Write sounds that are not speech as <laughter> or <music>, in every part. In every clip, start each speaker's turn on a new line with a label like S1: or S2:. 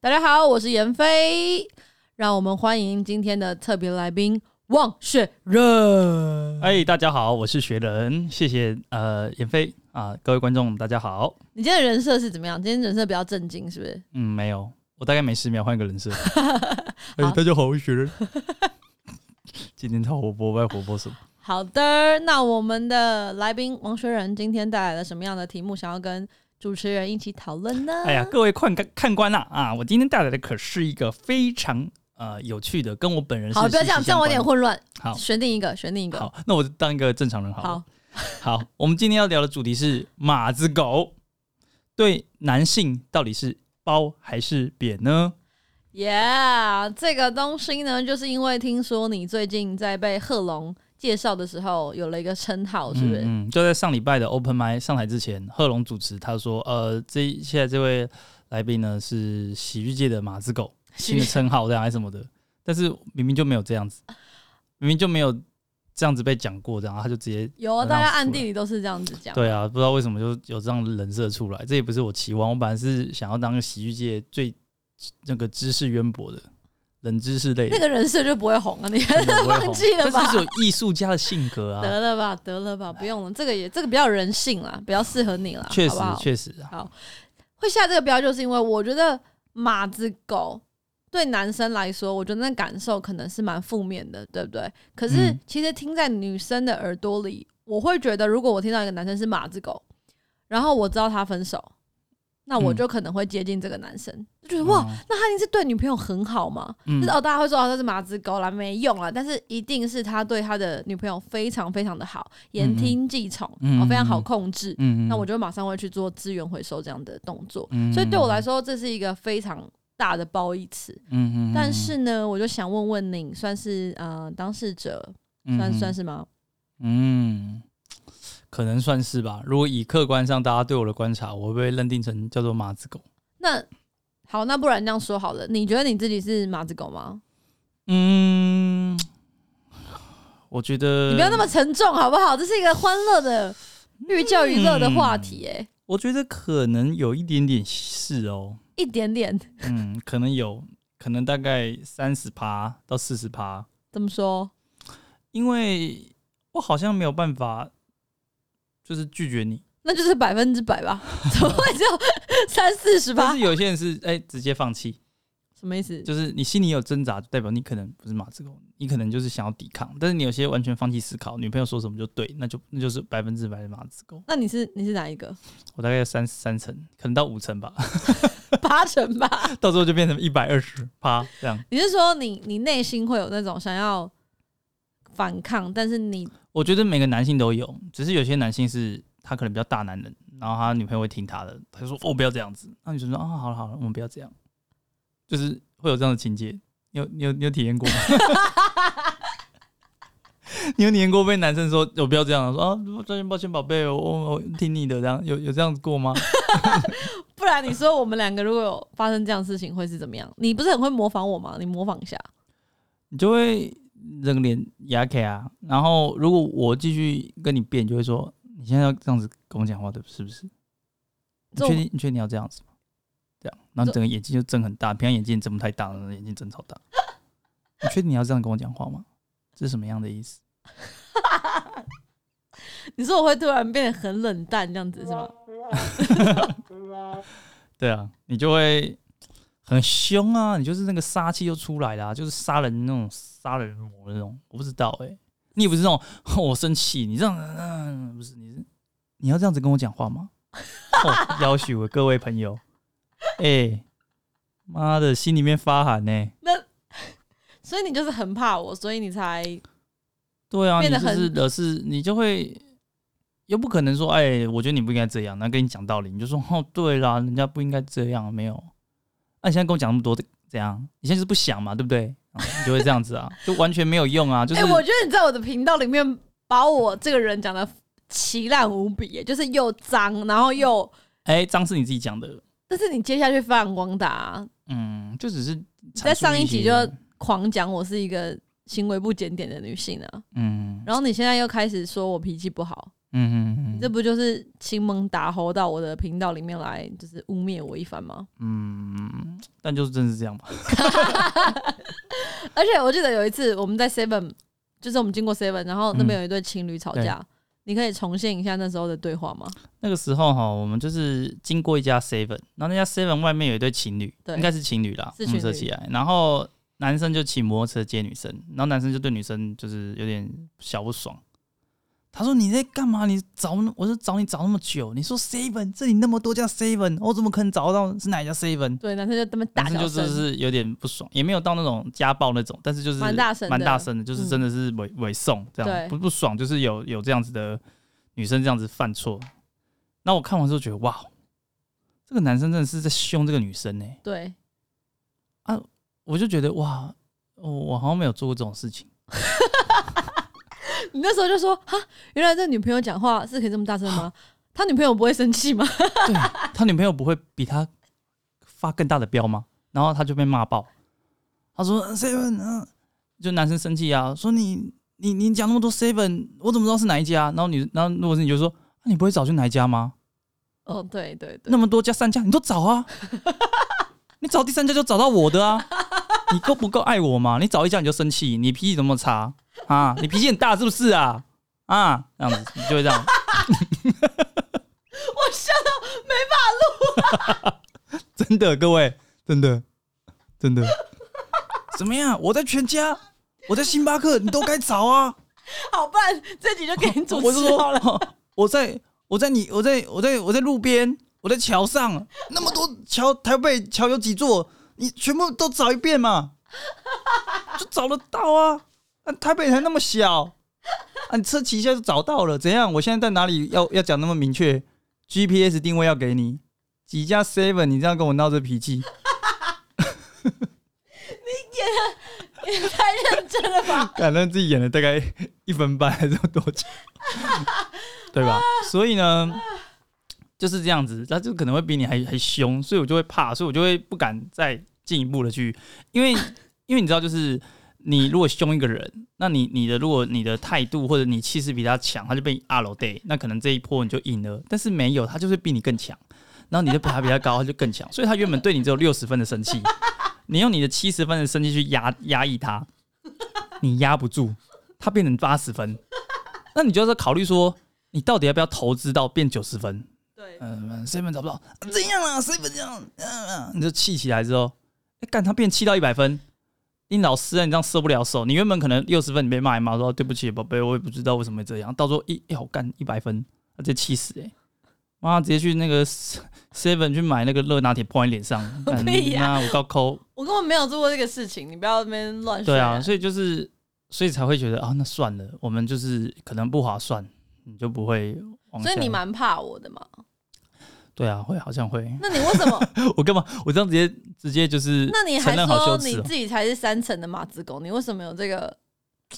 S1: 大家好，我是妍飞，让我们欢迎今天的特别来宾汪雪润。
S2: 哎，大家好，我是学人，谢谢呃妍飞啊、各位观众大家好。
S1: 你今天的人设是怎么样？今天人设比较正经，是不是？
S2: 嗯，没有，我大概每十秒换一个
S1: <laughs>
S2: 人设。哎，大家好，我是学人。 <laughs> 今天超活泼，不知道活泼什么？
S1: 好的，那我们的来宾王学仁今天带来了什么样的题目，想要跟主持人一起讨论呢？
S2: 哎呀，各位看看看官呐啊我今天带来的可是一个非常呃有趣的，跟我本人是
S1: 好，不要这
S2: 息息
S1: 样，这
S2: 相
S1: 样我有
S2: 关
S1: 点混乱。
S2: 好
S1: 选定一个，选定一个。
S2: 好，那我就当一个正常人好了。
S1: 好
S2: 好，我们今天要聊的主题是马子狗对男性到底是褒还是贬呢？
S1: Yeah，这个东西呢，就是因为听说你最近在被贺龙介绍的时候有了一个称号，是不是？
S2: 嗯嗯，就在上礼拜的 Open m i 上台之前，贺龙主持，他说：“呃，这现在这位来宾呢是喜剧界的马子狗，新的称号这样还是什么的。”但是明明就没有这样子，明明就没有这样子被讲过，这样他就直接
S1: 有啊，
S2: 很
S1: 大家
S2: 好
S1: 暗
S2: 出
S1: 地里都是这样子讲。
S2: 对啊，不知道为什么就有这样的人设出来，这也不是我期望，我本来是想要当喜剧界最那个知识渊博的冷知识类的
S1: 那个人设就不会红了，你
S2: <laughs> 真的不会红
S1: 忘记了吧
S2: 但？是有艺术家的性格
S1: <laughs>
S2: 啊，
S1: 得了吧，得了吧，不用了，这个也这个比较人性啦，比较适合你啦，
S2: 确
S1: 好
S2: 实
S1: 不好？
S2: 确实啊，
S1: 会下这个标，就是因为我觉得马子狗对男生来说，我觉得那感受可能是蛮负面的，对不对？可是
S2: 嗯
S1: 其实听在女生的耳朵里，我会觉得，如果我听到一个男生是马子狗，然后我知道他分手，那我
S2: 嗯
S1: 就可能会接近这个男生，就觉得哇，
S2: 嗯
S1: 那他一定是对女朋友很好嘛？
S2: 嗯
S1: 就是哦，大家会说哦，他是马子狗啦，没用啦，但是一定是他对他的女朋友非常非常的好，言听计从，
S2: 嗯嗯
S1: 哦，非常好
S2: 嗯
S1: 控制。
S2: 嗯，
S1: 那我就马上会去做资源回收这样的动作。
S2: 嗯
S1: 所以对我来，说，这是一个非常大的褒义词。
S2: 嗯嗯嗯
S1: 但是呢，我就想问问您，算是呃当事者，
S2: 嗯
S1: 算
S2: 嗯
S1: 算是吗？
S2: 嗯，可能算是吧。如果以客观上大家对我的观察，我会被认定成叫做马子狗。
S1: 那好，那不然这样说好了，你觉得你自己是马子狗吗？
S2: 嗯，我觉得
S1: 你不要那么沉重好不好？这是一个欢乐的寓教于乐的话
S2: 嗯
S1: 题、哎、
S2: 我觉得可能有一点点是哦，
S1: 一点点， <laughs>
S2: 嗯，可能有，可能大概三十趴到四十趴，
S1: 怎么说？
S2: 因为我好像没有办法，就是拒
S1: <laughs>
S2: 绝你。
S1: 那就是百分之百吧？怎么会只有三四十
S2: 但
S1: 吧
S2: 是？有些人是哎、直接放弃，
S1: 什么意思？
S2: 就是你心里有挣扎，就代表你可能不是马子狗，你可能就是想要抵抗，但是你有些完全放弃思考，女朋友说什么就对，那就那就是百分之百的马子狗。
S1: 那你是你是哪一个？ <laughs>
S2: 我大概三三成，可能到五成吧， <laughs>
S1: 八成吧？
S2: 到时候就变成一百二十趴这样。
S1: 你是说你你内心会有那种想要反抗，但是你
S2: 我觉得每个男性都有，只是有些男性是他可能比较大男人，然后他女朋友会听他的，他就说哦不要这样子，那女生说啊好了好了，我们不要这样，就是会有这样的情节。你有你有你有体验过吗？ <laughs> 你有体验过被男生说我不要这样，说啊抱歉抱歉宝贝，我我我听你的这样，有有这样子过吗？
S1: 不然你说我们两个如果有发生这样的事情会是怎么样？你不是很会模仿我吗？你模仿一下，
S2: 你就会扔脸牙给啊。然后如果我继续跟你辩，你就会说你现在要这样子跟我讲话的，是不是？你
S1: 这
S2: 确
S1: 种
S2: 定？你确定要这样子吗？这样，然后
S1: 这
S2: 你整个眼睛就睁很大，平常眼睛睁不太大，然后眼睛睁超大。 <laughs> 你确定你要这样跟我讲话吗？这是什么样的意思？
S1: 你说我会突然变得很冷淡这样子是吗？
S2: 对啊，你就会很凶啊，你就是那个杀气就出来啦、就是杀人那种杀人魔那种。我不知道哎、你也不是那种哦我生气，你这样，嗯、不是你是你要这样子跟我讲话吗？哦、要许我各位朋友， <laughs> 哎、妈的，心里面发寒欸呢、
S1: 所以你就是很怕我，所以你才
S2: 对啊，你
S1: 变得
S2: 就是
S1: 很
S2: 惹事，你就会又不可能说，哎、我觉得你不应该这样，那跟你讲道理，你就说，哦，对啦，人家不应该这样，没有，那、你现在跟我讲那么多，怎样？你现在是不想嘛，对不对？啊你就会这样子啊，就完全没有用啊，就
S1: 哎、
S2: 是、
S1: 我觉得你在我的频道里面把我这个人讲的奇烂无比耶，就是又脏，然后又
S2: 哎，脏、是你自己讲的，
S1: 但是你接下去发扬光大、啊，
S2: 嗯，就只是
S1: 在
S2: 阐述
S1: 上一集
S2: 些
S1: 就狂讲我是一个行为不检点的女性啊。
S2: 嗯，
S1: 然后你现在又开始说我脾气不好，
S2: 嗯嗯嗯
S1: 这不就是亲蒙打吼到我的频道里面来，就是污蔑我一番吗？
S2: 嗯，但就是真是这样吧。
S1: 而且我记得有一次我们在 Seven，就是我们经过 Seven，然后那边有一对情侣吵
S2: 嗯
S1: 架，你可以重现一下那时候的对话吗？
S2: 那个时候哈，我们就是经过一家 seven，然后那家 seven 外面有一对情侣，
S1: 对
S2: 应该是情侣啦，
S1: 是
S2: 我们
S1: 情
S2: 扯
S1: 侣
S2: 起来，然后男生就骑摩托车接女生，然后男生就对女生就是有点小不爽。他说：“你在干嘛？你找那我说找你找那么久，你说 seven 这里那么多家 seven，我怎么可能找得到是哪一家 seven？”
S1: 对，男生就这么大
S2: 男生
S1: 小
S2: 哎就是
S1: 声，
S2: 是有点不爽，也没有到那种家暴那种，但是就是
S1: 蛮大声的
S2: 蛮大声的，就是
S1: 嗯
S2: 真的是委委送这样，
S1: 对
S2: 不不爽，就是有有这样子的女生这样子犯错。那我看完之后觉得，哇，哦这个男生真的是在凶这个女生呢、
S1: 对，
S2: 我就觉得哇，我我好像没有做过这种事情，
S1: 你那时候就说哈，原来这女朋友讲话是可以这么大声
S2: <laughs>
S1: 吗？他女朋友不会生气吗？
S2: 对他女朋友不会比他发更大的飙吗？然后他就被骂爆，他说 seven，嗯、就男生生气啊，说你你你讲那么多 seven，我怎么知道是哪一家？然后你然后如果是你就说，啊、你不会找去哪一家吗？
S1: 哦，对对对
S2: 那，么多家三家你都找啊， <laughs> 你找第三家就找到我的啊，你够不够爱我嘛？你找一家你就生气，你脾气怎么差啊？你脾气很大是不是啊？啊，这样子你就会这样，
S1: 我笑到没办
S2: <laughs> 真的各位，真的真的， <laughs> 怎么样？我在全家，我在星巴克，你都该
S1: <laughs>
S2: 找啊。
S1: 法，好，不然这集就给你主
S2: <laughs> 我是
S1: 持好了。
S2: 说，我在我在你我在我在我在路边，我在桥上，那么多桥，台北桥有几座？你全部都找一遍嘛， <laughs> 就找得到啊！啊，台北才那么小，啊，你车骑一下就找到了。怎样？我现在在哪里要？要讲那么明确？GPS 定位要给你几家 Seven？你这样跟我闹这脾气，
S1: 也太认真了
S2: <laughs>
S1: 吧？
S2: 感觉自己演了大概一分半 <laughs> 还是多久，对吧？所以呢，就是这样子，他就可能会比你还还凶，所以我就会怕，所以我就会不敢再进一步的去，因为 <coughs> 因为你知道，就是你如果凶一个人，那你你的如果你的态度或者你气势比他强，他就被你二楼 day，那可能这一波你就赢了，但是没有，他就是比你更强，然后你就比他比他高，他就更强，所以他原本对你只有六十分的生气， <laughs> 你用你的七十分的生气去压压抑他，你压不住，他变成八十分，那你就要考虑说，你到底要不要投资到变九十分？
S1: 对，
S2: 嗯，seven 找不到，啊怎样啊？seven 这样，嗯、啊，你就气起来之后，哎、干他变气到一百分，你老师啊，你这样收不了手。你原本可能六十分，你被骂一骂说对不起，宝贝，我也不知道为什么会这样。到时候一要干一百分，啊、直接气死哎、欸！妈，直接去那个 seven 去买那个热拿铁泼你脸上，干
S1: 屁呀
S2: 妈我高抠。
S1: 我根本没有做过这个事情，你不要那边乱说。
S2: 对啊，所以就是，所以才会觉得啊，那算了，我们就是可能不划算，你就不会往下。
S1: 所以你蛮怕我的嘛？
S2: 对啊，会好像会。 <laughs>
S1: 那你为什么？
S2: 我干嘛？我这样直接直接就是
S1: 那你还
S2: 承认好羞
S1: 说
S2: 耻
S1: 你
S2: 哦
S1: 自己才是三层的马子狗？你为什么有这个？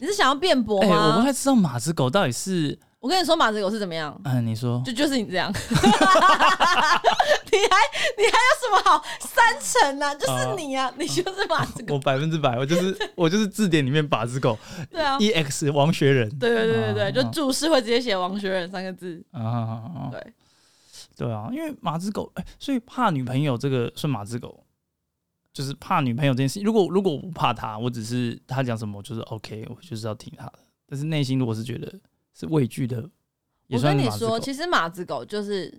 S1: 你是想要辩驳
S2: 哎、我
S1: 吗？
S2: 不太知道马子狗到底是
S1: 我跟你说，马子狗是怎么样？
S2: 嗯、你
S1: <laughs>
S2: 说
S1: 就就是你这样，你还你还有什么好三层呢、就是你
S2: 哦
S1: 啊，你就是马子狗
S2: 我，百分之百，我就是我就是字典里面把子狗
S1: 对啊，
S2: E X 王学仁。
S1: 对对对对对，就
S2: 啊
S1: 注释会直接写王学仁三个字，
S2: 啊啊啊啊啊
S1: 对，
S2: 对啊，因为马子狗，哎、所以怕女朋友这个算马子狗，就是怕女朋友这件事。如果如果我不怕他，我只是他讲什么，我就是 OK，我就是要听他的。但是内心如果是觉得是畏惧的，也
S1: 我
S2: 算
S1: 跟
S2: 是
S1: 你
S2: 马子狗
S1: 说，。其实马子狗就是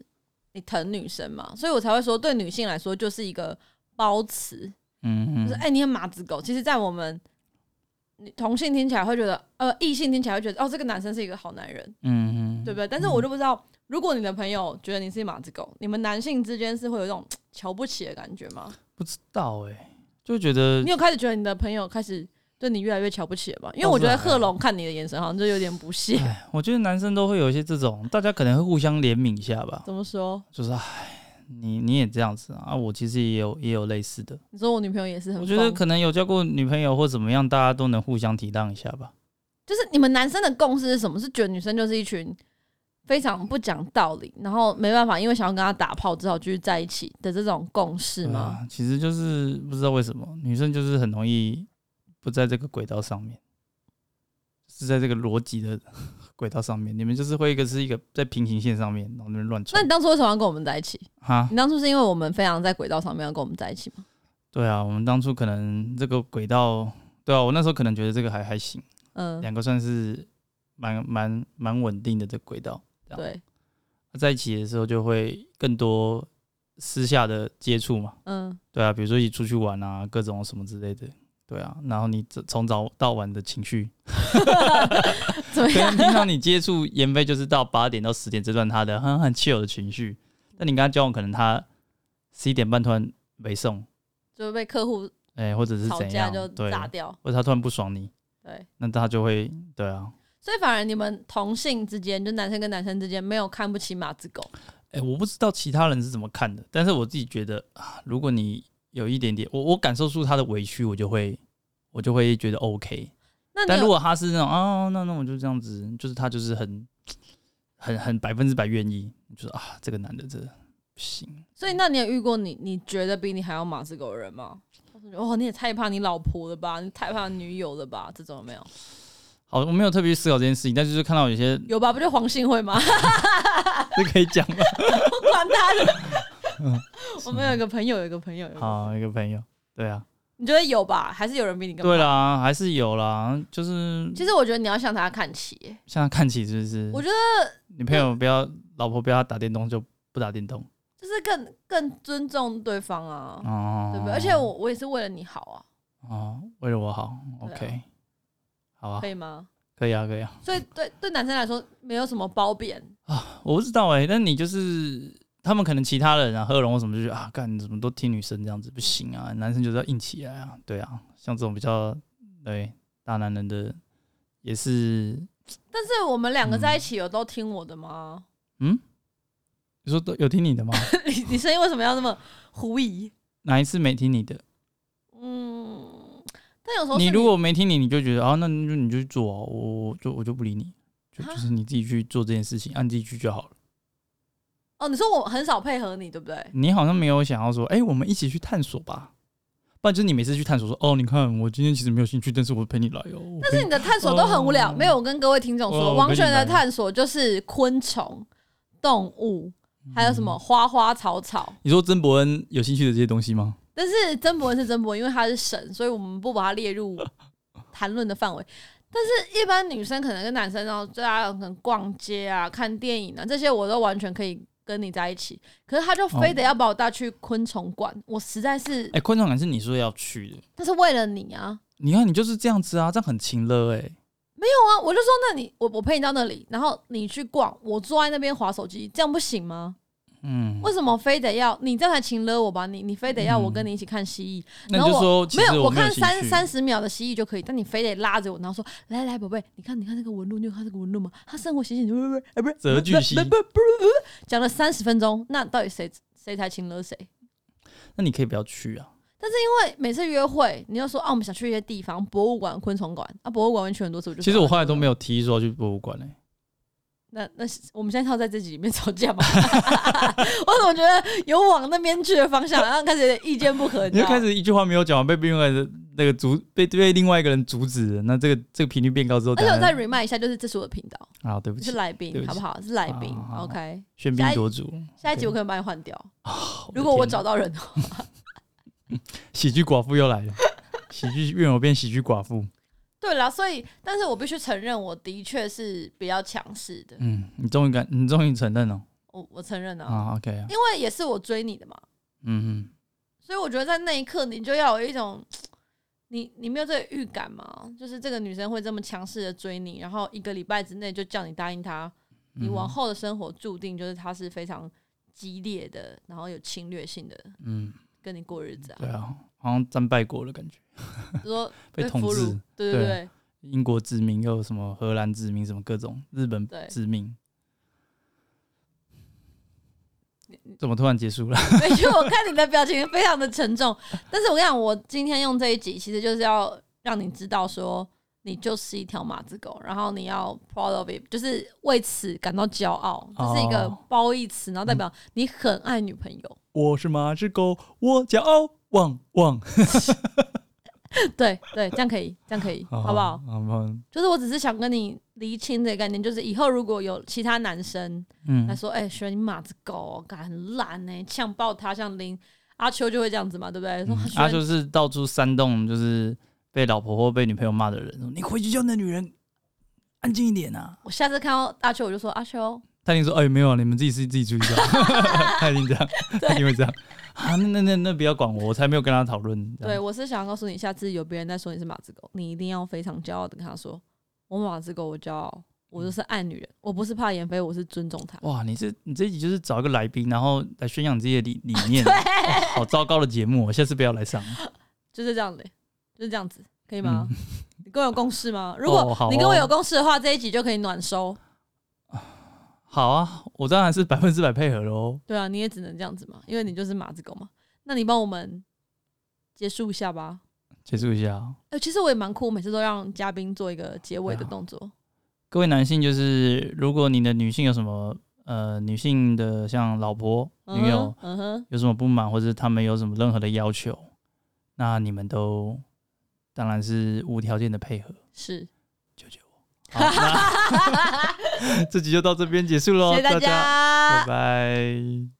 S1: 你疼女生嘛，所以我才会说，对女性来说就是一个褒词，
S2: 嗯
S1: 就是
S2: 嗯
S1: 哎、你很马子狗。其实，在我们你同性听起来会觉得，呃，异性听起来会觉得，哦，这个男生是一个好男人，
S2: 嗯嗯，
S1: 对不对？但是我就不知道，如果你的朋友觉得你是马子狗，你们男性之间是会有一种嘖瞧不起的感觉吗？
S2: 不知道哎、就觉得
S1: 你有开始觉得你的朋友开始对你越来越瞧不起了吧？因为我觉得
S2: 倒哦是还好啊
S1: 贺龙看你的眼神好像就有点不屑。
S2: 哎，我觉得男生都会有一些这种，大家可能会互相怜悯一下吧，
S1: 怎么说？
S2: 就是哎，你你也这样子啊，我其实也有也有类似的。
S1: 你说我女朋友也是很疯，
S2: 我觉得可能有交过女朋友或怎么样，大家都能互相体谅一下吧。
S1: 就是你们男生的共识是什么？是觉得女生就是一群非常不讲道理，然后没办法，因为想要跟他打炮，只好继续在一起的这种共识
S2: 对
S1: 吗？
S2: 啊？其实就是不知道为什么女生就是很容易不在这个轨道上面，是在这个逻辑的 <laughs> 轨道上面，你们就是会一个是一个在平行线上面，然后那边乱
S1: 那
S2: 窜
S1: 你当初为什么要跟我们在一起？
S2: 哈。
S1: 你当初是因为我们非常在轨道上面要跟我们在一起吗？
S2: 对啊，我们当初可能这个轨道，对啊，我那时候可能觉得这个还还行，
S1: 嗯，
S2: 两个算是蛮蛮蛮稳定的这个轨道。
S1: 对，
S2: 在一起的时候就会更多私下的接触嘛，
S1: 嗯，
S2: 对啊，比如说一起出去玩啊，各种什么之类的，对啊，然后你这从早到晚的情
S1: <laughs>
S2: 绪，
S1: 怎么
S2: 可能
S1: 样？
S2: 平常你接触妍飞就是到八点到十点这段他的很很 chill 的情绪，但你跟他交往，可能他十一点半突然没送，
S1: <laughs> 就被客户
S2: 哎、或者是
S1: 吵
S2: 怎
S1: 架
S2: 样
S1: 就，
S2: 对，
S1: 炸掉，
S2: 或者他突然不爽你，
S1: 对。
S2: 那他就会，对啊，
S1: 所以反而你们同性之间，就男生跟男生之间，没有看不起马子狗。
S2: 哎、我不知道其他人是怎么看的，但是我自己觉得啊，如果你有一点点，我我感受出他的委屈，我就会我就会觉得 OK。
S1: <laughs> 那你
S2: 但
S1: 有
S2: 如果他是那种啊，那那我就这样子，就是他就是很很很百分之百愿意，就是啊，这个男的这不行，
S1: 所以那你有遇过你你觉得比你还要马子狗的人吗？或者觉得哦，你也太怕你老婆了吧，你太怕女友了吧，这种有没有？
S2: 好，我没有特别去思考这件事情，但就是看到有些 <laughs>
S1: 有吧？不就黄信惠吗？ <laughs>
S2: 这可以讲吗？
S1: 我管他的。 <laughs> 我们有一个朋友，有一个朋友，有一个
S2: 嗯好，一个朋友，对啊，
S1: 你觉得有吧？还是有人比你更
S2: 对
S1: 了。
S2: 啦，还是有啦，就是
S1: 其实我觉得你要向他看齐耶、
S2: 向他看齐，是不是
S1: 我？觉得
S2: 你朋友不要，老婆不要打电动就不打电动
S1: 就是更更尊重对方啊，
S2: 哦，
S1: 对不对？而且我我也是为了你好啊，
S2: 哦，为了我好
S1: 对啊
S2: ，OK，、好啊
S1: 可，以吗？
S2: 可以啊，可以啊，
S1: 所以对对男生来说没有什么褒贬，
S2: 我不知道哎、但你就是他们可能其他人啊，贺龙或什么就觉得啊，干你怎么都听女生这样子不行啊，男生就是要硬起来啊，对啊，像这种比较对大男人的也是，
S1: 但是我们
S2: 嗯
S1: 两个在一起有都听我的吗？ <laughs>
S2: 你说都有听你的吗？ <laughs>
S1: 你你声音为什么要那么狐疑？
S2: 哪一次没听你的？
S1: 嗯，但有时候是
S2: 你如果没听你，你就觉得啊，那你就你就去做、啊，我我就我就不理你，就
S1: 啊
S2: 就是你自己去做这件事情，按、啊你自己去就好了。
S1: 哦，你说我很少配合你，对不对？
S2: 你好像没有想要说，哎、
S1: 嗯
S2: 我们一起去探索吧。不然就是你每次去探索说，哦，你看我今天其实没有兴趣，但是我陪你来哦。我
S1: 但
S2: 陪
S1: 是你的探索都很无聊，
S2: 哦
S1: 没有。我跟各位听众
S2: 哦
S1: 说，
S2: 我
S1: 王
S2: 跟你
S1: 璇的
S2: 来
S1: 探索就是昆虫、动物，还有什么
S2: 嗯
S1: 花花草草。
S2: 你说曾伯恩有兴趣的这些东西吗？
S1: 但是曾伯恩是曾伯恩，因为他是神，所以我们不把他列
S2: <laughs>
S1: 入谈论的范围。但是，一般女生可能跟男生，然后大家可能逛街啊、看电影啊，这些我都完全可以跟你在一起。可是他就非得要把我带去昆虫馆，我实在是
S2: 哦哎、，昆虫馆是你说要去的，
S1: 那是为了你啊！
S2: 你看你就是这样子啊，这样很情乐哎、
S1: 对啊，我就说，那你我我陪你到那里，然后你去逛，我坐在那边划手机，这样不行吗？
S2: 嗯，
S1: 为什么非得要你这样才情勒我吧？你你非得要我
S2: 嗯
S1: 跟你一起看蜥蜴，
S2: 那
S1: 然
S2: 你
S1: 后
S2: 就
S1: 我
S2: 说，其
S1: 没
S2: 实
S1: 有，
S2: 我没有
S1: 看
S2: 兴
S1: 三
S2: 趣
S1: 三十秒的蜥蜴就可以，但你非得拉着我，然后说来来，宝贝，你看你看这个纹路，你有看这个纹路吗？它生活习性，不不不，不是
S2: 折巨蜥
S1: 不不不不，讲了三十分钟，那到底谁谁才亲了谁？
S2: 那你可以不要去啊。
S1: 因为每次约会，你又说啊，我们想去一些地方，博物馆、昆虫馆啊，博物馆我去很多次，我就
S2: 其实我后来都没
S1: 有。
S2: 有提说要去博物馆哎、
S1: 那那我们现在是要在这集里面 <laughs> 吵架吗？我怎么觉得有往那边去的方向，然后开始有点意见不合，
S2: 你就
S1: 知道吗
S2: 开始一句话没有讲完，被另外的那个阻被被另外一个人阻止了，那这个这个频率变高之后，
S1: 而且我
S2: 等下
S1: 再 remind 一下，就是这是我的频道，
S2: 啊，对不
S1: 不
S2: 起
S1: 是，来
S2: 对
S1: 宾，
S2: 不
S1: 好不
S2: 起
S1: 好？是来宾
S2: 好好好
S1: ，OK。
S2: 喧
S1: 下
S2: 宾
S1: 一
S2: 夺主。
S1: 下一集
S2: OK
S1: 我可能把你换掉，
S2: 我的
S1: 如果我
S2: 天
S1: 找到人的话。 <laughs>
S2: 喜剧寡妇又来了， <laughs> 喜剧怨偶变喜剧寡妇。
S1: 对啦，所以，但是我必须承认，我的确是比较强势的，
S2: 嗯，你终于敢，你终于承认了
S1: 我我承认啊，
S2: 啊，OK 啊，
S1: 因为也是我追你的嘛，
S2: 嗯嗯，
S1: 所以我觉得在那一刻，你就要有一种，你你没有这个预感嘛，就是这个女生会这么强势的追你，然后一个礼拜之内就叫你答应她，
S2: 嗯
S1: 你往后的生活注定就是她是非常激烈的，然后有侵略性的
S2: 嗯，
S1: 跟你过日子啊，
S2: 对啊，好像战败国的感觉，
S1: 比如说
S2: <laughs> 被统
S1: 俘虏
S2: 治，，
S1: 对
S2: 对
S1: 对
S2: 啊
S1: 对，
S2: 英国殖民又有什么荷兰殖民，什么各种日本
S1: 对
S2: 殖民。怎么突然
S1: <laughs>
S2: 结束了？
S1: 没有，我看你的表情非常的沉重。但是我跟你讲，我今天用这一集，其实就是要让你知道说，你就是一条马子狗，然后你要 proud of it，就是为此感到骄傲，这、是一个
S2: 哦嗯
S1: 褒义词，然后代表你很爱女朋友。 <laughs>
S2: 我是马子狗，我骄傲，汪汪，
S1: 对对，这样可以，这样可以，好不好？
S2: 好不好？
S1: 就是我只是想跟你厘清这个概念，就是以后如果有其他男生来
S2: 嗯，
S1: 说，哎、学你马子狗，感很懒呢、呛爆他，像林阿秋就会这样子嘛，对不对？说
S2: 嗯
S1: 他
S2: 他
S1: 学你
S2: 就是到处煽动，就是被老婆或被女朋友骂的人，说你回去叫那女人安静一点啊。
S1: 我下次看到阿秋，我就说阿秋，
S2: 他一定说：“哎、没有啊，你们自己是自己注意的。”他一定这样，他一定会这样啊！那那那那不要管我，我才没有跟他讨论。这
S1: 对
S2: 样，
S1: 我是想要告诉你，下次有别人在说你是马子狗，你一定要非常骄傲的跟他说，我马子狗，我骄傲，我就是爱女人，
S2: 嗯
S1: 我不是怕妍飞，我是尊重她。
S2: <laughs> 哇，你这你这一集就是找一个来宾，然后来宣扬你自己的理理
S1: <laughs>
S2: 念，哦好糟糕的节目，我下次不要来上。
S1: 就是这样的，就是这样子，可以吗？你跟我有共识吗？如
S2: 嗯哦好
S1: 果
S2: 哦
S1: 你跟我有共识的话，这一集就可以暖收。
S2: 好啊，我当然是百分之百配合喽。
S1: 对啊，你也只能这样子嘛，因为你就是马子狗嘛。那你帮我们结束一下吧。
S2: 结束一下，
S1: 哎、其实我也蛮酷，每次都让嘉宾做一个结尾的
S2: 哎呀
S1: 动作。
S2: 各位男性，就是如果你的女性有什么呃女性的像老婆、
S1: 嗯
S2: 女友
S1: 哼，嗯哼，
S2: 有什么不满，或者他们有什么任何的要求，那你们都当然是无条件的配合。
S1: 是，
S2: 救救我！好，那 <laughs> 这集就到这边结束喽，
S1: 谢谢大
S2: 哦大家，
S1: 家
S2: 拜拜。